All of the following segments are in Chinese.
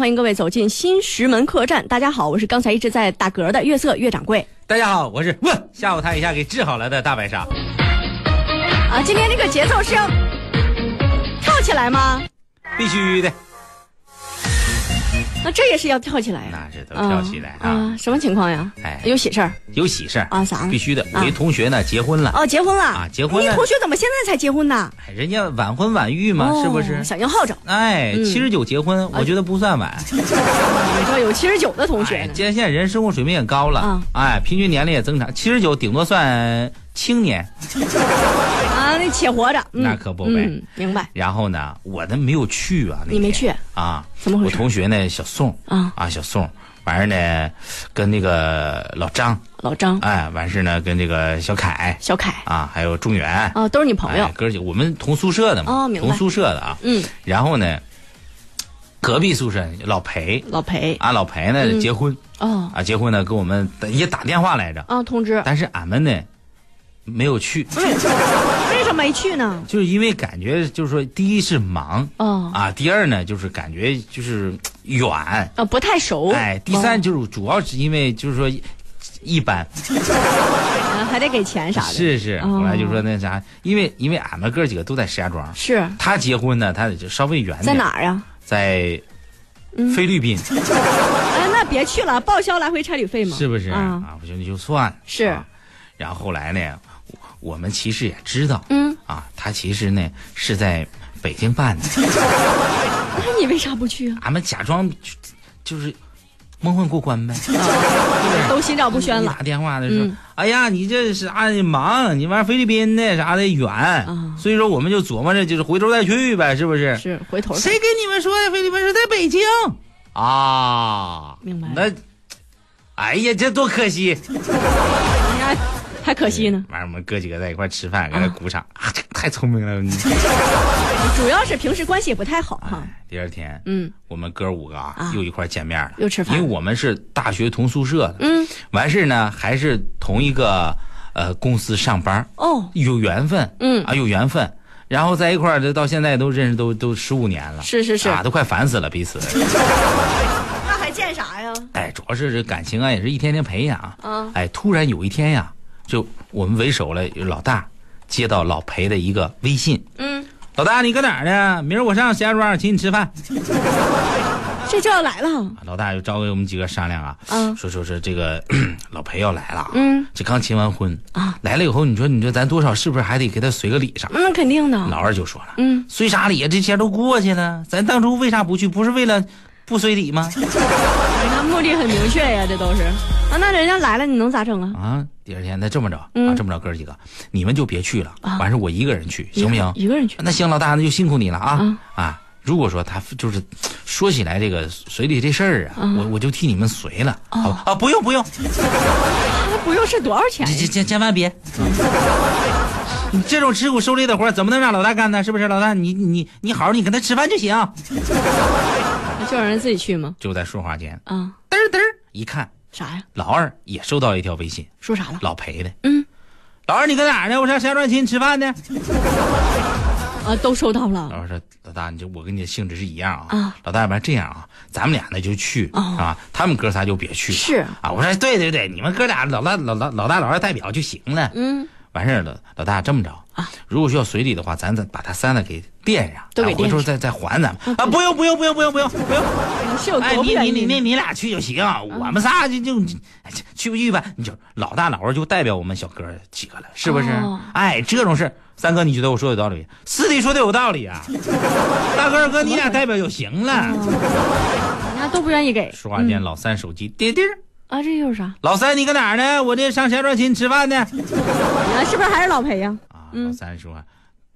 欢迎各位走进新石门客栈。大家好，我是刚才一直在打嗝的月色月掌柜。大家好，我是哇，吓唬他一下给治好了的大白鲨。嗯啊，今天这个节奏是要跳起来吗？必须的，那啊这也是要跳起来呀、那这都跳起来啊！什么情况呀？哎嗯有喜事儿有喜事儿啊啥必须的。我啊一同学呢结婚了，哦，结婚了啊结婚了哎你同学怎么现在才结婚呢？哎人家晚婚晚育嘛，是不哦嗯啊是？响应号召，哎，七十九结婚，我觉得不算 晚。你哎说有七十九的同学哎，呢，现在人生活水平也高了啊，哎，平均年龄也增长，七十九顶多算青年。啊，那且活着，嗯那可不呗嗯，明白？然后呢，我呢没有去啊，那你没天去啊？怎么回我事同学呢，小宋啊小宋，完事儿呢，跟那个老张，老 张、哎，完事儿呢跟这个小凯小凯啊，还有仲元啊，都是你朋友哎，哥儿几个，我们同宿舍的嘛，哦明白同宿舍的啊。嗯，然后呢，隔壁宿舍老裴老裴啊，老裴呢、结婚哦啊，结婚呢跟我们也打电话来着，啊，通知，但是俺们呢没有去，为什么没去呢？就是因为感觉就是说，第一是忙。哦啊，第二呢，就是感觉就是嘖远，啊，不太熟，哎，第三就是主要是因为就是说一一般，啊还得给钱啥的，是是，哦后来就说那啥，因为因为俺们哥几个都在石家庄，是他结婚呢，他得就稍微远点，在哪儿啊嗯呀？在菲律宾，哎，那别去了，报销来回差旅费嘛，是不是啊，啊？我觉得就算了，是啊然后后来呢，我我们其实也知道，嗯，啊，他其实呢是在北京办的，那你为啥不去啊？俺们假装就就是蒙混过关呗。啊都心照不宣你了打电话的时候，嗯哎呀，你这是啊你忙，你玩菲律宾的啥的远，所以说我们就琢磨着就是回头再去呗，是不是？啊是回头儿谁给你们说的菲律宾是在北京啊？明白那，哎呀，这多可惜！你看哎还可惜呢。完，我们哥几个在一块吃饭，搁那鼓掌，啊，这太聪明了你。 主要是平时关系也不太好哈。第二天，嗯我们哥五个啊啊又一块见面了，又吃饭因为我们是大学同宿舍的，嗯，完事呢还是同一个呃公司上班。哦，有缘分，嗯啊，有缘分。然后在一块儿，这到现在都认识都都十五年了，是是是啊，都快烦死了彼此。那还见啥呀？哎，主要是这感情啊，也是一天天培养。啊哎，突然有一天呀，就我们为首了老大接到老裴的一个微信，嗯，老大你搁哪儿呢？明儿我上石家庄请你吃饭。这就要来了。老大就召给我们几个商量啊，嗯说说说这个 老裴要来了啊，嗯，这刚结完婚啊，来了以后，你说你说咱多少是不是还得给他随个礼啥？那嗯肯定的。老二就说了，嗯，随啥礼啊？这些都过去了，咱当初为啥不去？不是为了不随礼吗？那目的很明确呀，这都是。啊，那人家来了，你能咋整啊？啊，第二天那这么着、啊，嗯这么着，哥儿几个，你们就别去了，完事我啊一个人去，行不行？一个人去。那行，老大，那就辛苦你了啊、嗯啊！如果说他就是说起来这个随礼这事儿啊，嗯我我就替你们随了，哦好吧？啊，不用不用，那不用是多少哎钱呀？千千千万别。 你这种吃苦受累的活儿怎么能让老大干呢？是不是？老大，你你你好，你跟他吃饭就行。就让人自己去吗？就在说话间，啊，嘚儿嘚儿一看，啥呀？老二也收到一条微信，说啥了？老裴的。嗯，老二你搁哪儿呢？我上石家庄请你吃饭呢。啊，都收到老了。二说：“老大，你这我跟你的性质是一样啊。啊老大，要不然这样啊，咱们俩呢就去、哦啊，他们哥仨就别去了。是啊，我说对对对，你们哥俩老大老老老大老二代表就行了。嗯，完事儿了，老大这么着啊，如果需要随礼的话，咱再把他三个给垫上，啊都给咱回垫头上嗯再再还咱们啊！不用不用不用不用不用不用，是有哎，多不你愿你你那意？啊你俩去就行，我们仨就就哎去去不去吧？你就老大老二就代表我们小哥几个了，是不是哦？哎，这种事儿，三哥你觉得我说有道理？是的，说的有道理啊！大哥二哥你俩代表就行了。哦人家都不愿意给。说话间，老三手机滴滴儿，嗯啊，这又是啥？老三你搁哪儿呢？我这上石家庄请你吃饭呢。啊，是不是还是老裴呀？啊，老三说，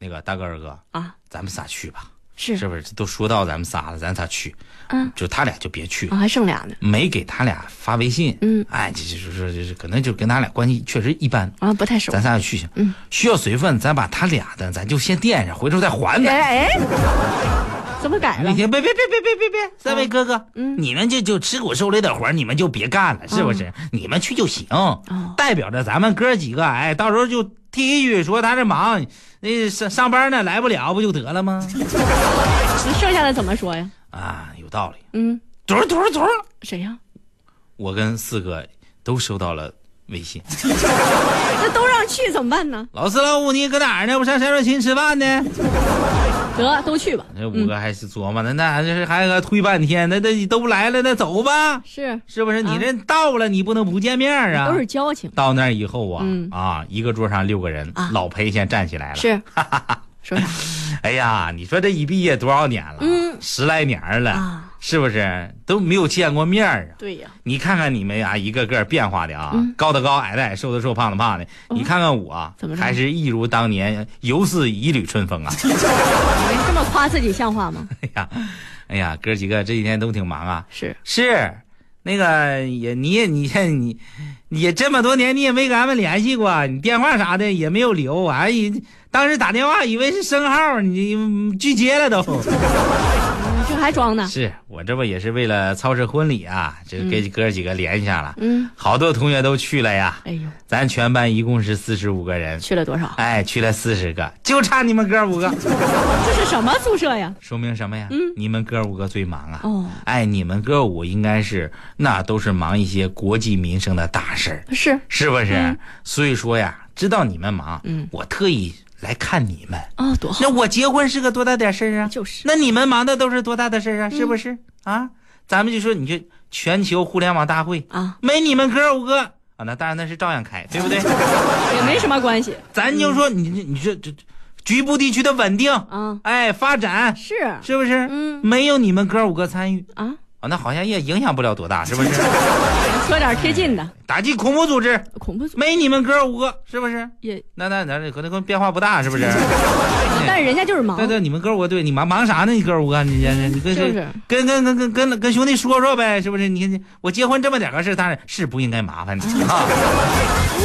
那个大哥二哥，嗯啊，咱们仨去吧，是是不是？这都说到咱们仨了，咱仨去，嗯，就他俩就别去了啊，还剩俩呢。没给他俩发微信，嗯，哎，这就是说，就是可能就跟他俩关系确实一般，啊，不太熟。咱仨就去行，嗯，需要随份，咱把他俩的咱就先垫上，回头再还他。哎哎，怎么改那了？天别别别别别别别，三哦位哥哥，嗯，你们这就吃苦受累的活儿你们就别干了，是不哦是？你们去就行，代表着咱们哥几个，哎，到时候就提一句说他这忙，那上上班呢来不了，不就得了吗？那剩下的怎么说呀？啊，有道理。嗯，嘟儿嘟儿嘟儿，谁呀、我跟四哥都收到了微信。那都让去怎么办呢？老四老五，你搁哪儿呢？我上山瑞琴吃饭呢。嗯得都去吧。这五个还是琢磨呢，那还是还搁推半天，那那都来了，那走吧，是，是不是？啊你这到了，你不能不见面儿啊。都是交情。到那儿以后啊、嗯啊，一个桌上六个人，啊老裴先站起来了。 是，说啥？哎呀，你说这一毕业多少年了？嗯十来年儿了，啊是不是都没有见过面儿啊？对呀，你看看你们啊，一个个变化的啊，嗯哦高的高，矮的矮，瘦的瘦，胖的胖的。你看看我啊，怎么了还是一如当年，犹似一缕春风啊！你这么夸自己像话吗？哎呀，哎呀，哥几个这几天都挺忙啊。是，是，那个也你也你看你，也这么多年你也没跟俺们联系过，你电话啥的也没有留，俺以当时打电话以为是生号，你嗯拒接了都。你这还装呢？是我这不也是为了操持婚礼啊，这给哥几个联系上了，嗯，好多同学都去了呀，哎呦，咱全班一共是四十五个人，去了多少？哎，去了四十个，就差你们哥五个，这是什么宿舍呀？说明什么呀？嗯你们哥五个最忙啊。哦，哎，你们哥五应该是那都是忙一些国计民生的大事儿，是是不是？所以说呀，知道你们忙，嗯我特意来看你们。啊，多好，那我结婚是个多大点事儿啊？就是那你们忙的都是多大的事儿啊？是不是、啊？咱们就说，你就全球互联网大会，啊，没你们哥五个啊，那当然那是照样开，对不对？也没什么关系咱就说你这你这这局部地区的稳定，啊，哎，发展是，是不是？嗯没有你们哥五个参与啊，啊，那好像也影响不了多大，是不是？说点贴近的，打击恐怖组织，恐怖组没你们哥五个，是不是？也，那那咱这可能跟变化不大，是不是？啊但是人家就是忙对，对，你们哥五个，对你忙忙啥呢？你哥五个，你你你跟就是跟跟跟跟跟跟兄弟说说呗，是不是？你你我结婚这么点个事儿，当然是不应该麻烦你 啊。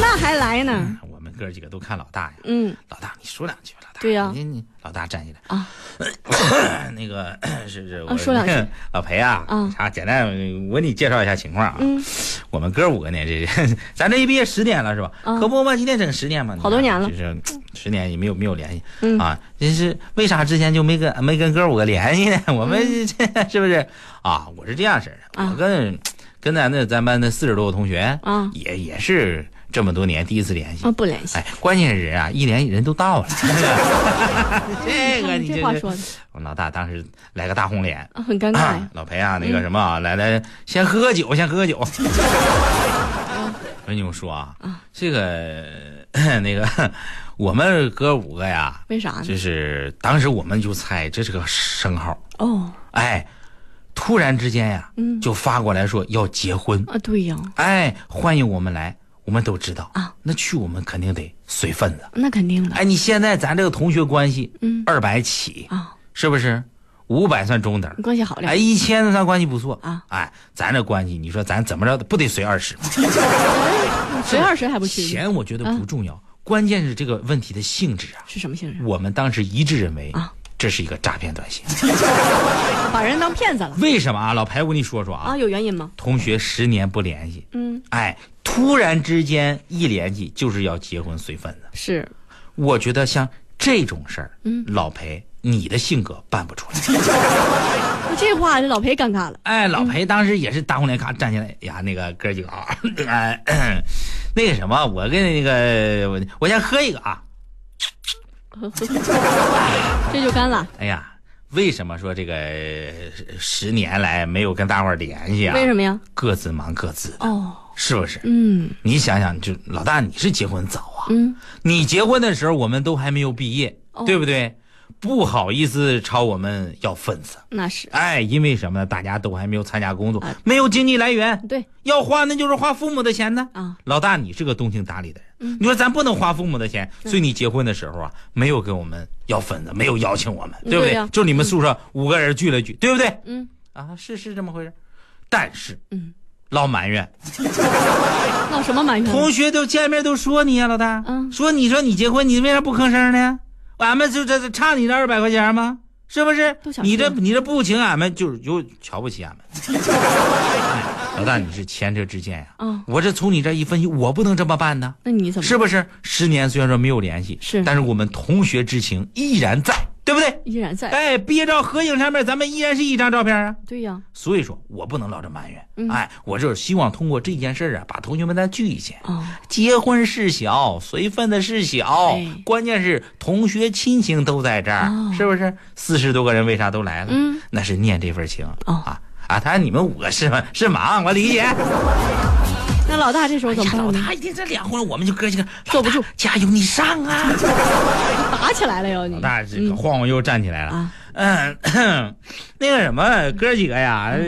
那还来呢？我们哥几个都看老大呀，嗯，老大你说两句吧，老大。对呀你你老大站起来啊， 那个 是是，啊我说两句。 老裴啊啊，啥简单我给你介绍一下情况啊。嗯，我们哥五个呢，这 咱这一毕业十年了是吧？啊可不嘛，今天整十年嘛，好多年了就是十年也没有没有联系、嗯啊。这是为啥之前就没跟没跟哥五个联系呢？我们这、是不是啊？我是这样式儿的，嗯啊我跟、跟咱那咱班的四十多个同学啊也也是这么多年第一次联系。啊，不联系。哎，关键是人啊，一联系人都到 了，看哎这个你嗯这就话是说的我们老大当时来个大红脸，啊很尴尬呀。老裴啊，嗯那个什么啊，来来，先喝喝酒，先喝喝酒。我嗯 跟你们说啊，这个那个，我们哥五个呀，为啥呢就？是当时我们就猜这是个生号，哦，哎，突然之间呀，嗯就发过来说要结婚，啊，对呀，哎，欢迎我们来，我们都知道啊，那去我们肯定得随份子。那肯定的哎，你现在咱这个同学关系，嗯二百起，啊，是不是？五百算中等。关系好点哎，，一千咱关系不错啊！哎，咱这关系，你说咱怎么着不得随二十？谁二谁还不啊去呢？钱我觉得不重要，关键是这个问题的性质啊。是什么性质？我们当时一致认为啊，这是一个诈骗短信。把人当骗子了为什么啊？老排我跟你说说啊啊？，有原因吗？同学十年不联系，嗯，哎，突然之间一联系就是要结婚随份子。是，我觉得像这种事儿，嗯老裴，你的性格办不出来。那这话这老裴尴尬了。哎，老嗯裴当时也是大红脸，咔站起来，哎呀，那个哥几个啊， 哎，那个什么，我跟那个我我先喝一个啊。呵呵 这就干了，哎呀，为什么说这个十十年来没有跟大伙儿联系啊？为什么呀？各自忙各自的，哦，是不是？嗯你想想，就老大，你是结婚早啊，嗯，你结婚的时候我们都还没有毕业，哦对不对？不好意思朝我们要份子，那是哎，因为什么呢？大家都还没有参加工作，啊没有经济来源，对要花那就是花父母的钱呢。啊，老大，你是个通情达理的人，嗯你说咱不能花父母的钱，所以你结婚的时候啊，没有跟我们要份子，没有邀请我们，对不对对呀？就你们宿舍五个人聚了聚，对不对？嗯啊，是是这么回事，但是嗯，老埋怨，闹什么埋怨？同学都见面都说你呀、老大，嗯说你说你结婚，你为啥不吭声呢？俺们就这这差你这二百块钱吗？是不是都？想你这说你这不请俺们，就是有瞧不起俺们。 哎老大，你是前车之鉴呀、啊，我这从你这一分析，我不能这么办呢，那你怎么是不是？十年虽然说没有联系，是但是我们同学之情依然在。对不对？依然在。哎，毕业照合影上面咱们依然是一张照片啊。对呀、所以说我不能老这埋怨，嗯哎，我就是希望通过这件事儿啊，把同学们再聚一聚。哦，结婚是小，随份子是小，哎关键是同学亲情都在这儿，哦是不是？四十多个人为啥都来了？嗯，那是念这份情、哦啊啊！当然你们五个是忙是忙，我理解。那哎老大这时候怎么呀，老办呢？大一听这两婚，我们就哥几个坐不，住老大加油，你上啊！打起来了哟！你老大这个晃晃悠站起来了，嗯啊，嗯， 那个什么哥几个呀，呃，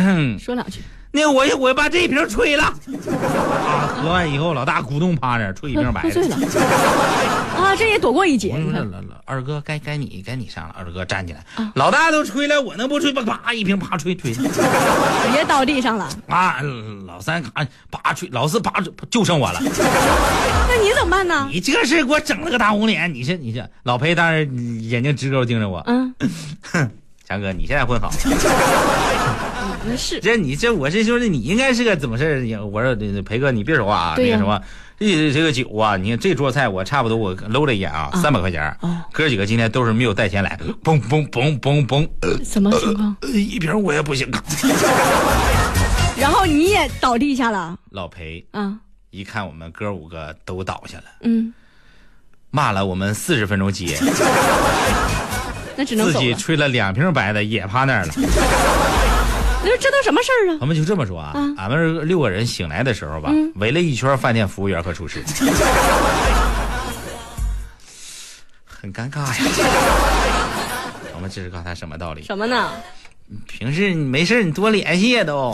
咳说两句，那我我把这一瓶吹了。啊，喝完以后，老大咕咚趴那儿吹一喝瓶白喝的醉。了啊，这也躲过一劫。我你说看，老老二哥，该该你该你上了。二哥站起来，啊老大都吹了，我能不吹吗？啪一瓶，啪吹吹别倒地上了。啊！老三啊，啪吹，老四啪吹，就剩我了。那你怎么办呢？你这是给我整了个大红脸！你这你这，老裴当时眼睛直勾盯着我，嗯，强哥，你现在混好。啊那是这你这我这兄弟，你应该是个怎么事儿你我说这裴哥，你别说话啊，对那呀个什么，这这个酒啊，你看这桌菜我差不多我搂了一眼啊，啊三百块钱儿哦，哥几个今天都是没有带钱来，嘣嘣嘣嘣嘣，呃什么情况？呃一瓶我也不行。 然后你也倒地下了老裴啊？一看我们哥五个都倒下了，嗯，骂了我们四十分钟 街，那只能自走己了。吹了两瓶白的也趴那儿了。那这都什么事儿啊？咱们就这么说啊，嗯俺们六个人醒来的时候吧，嗯围了一圈饭店服务员和厨师， 很尴尬呀。我们这是刚才什么道理？什么呢？哎平时你没事儿你多联系呀都。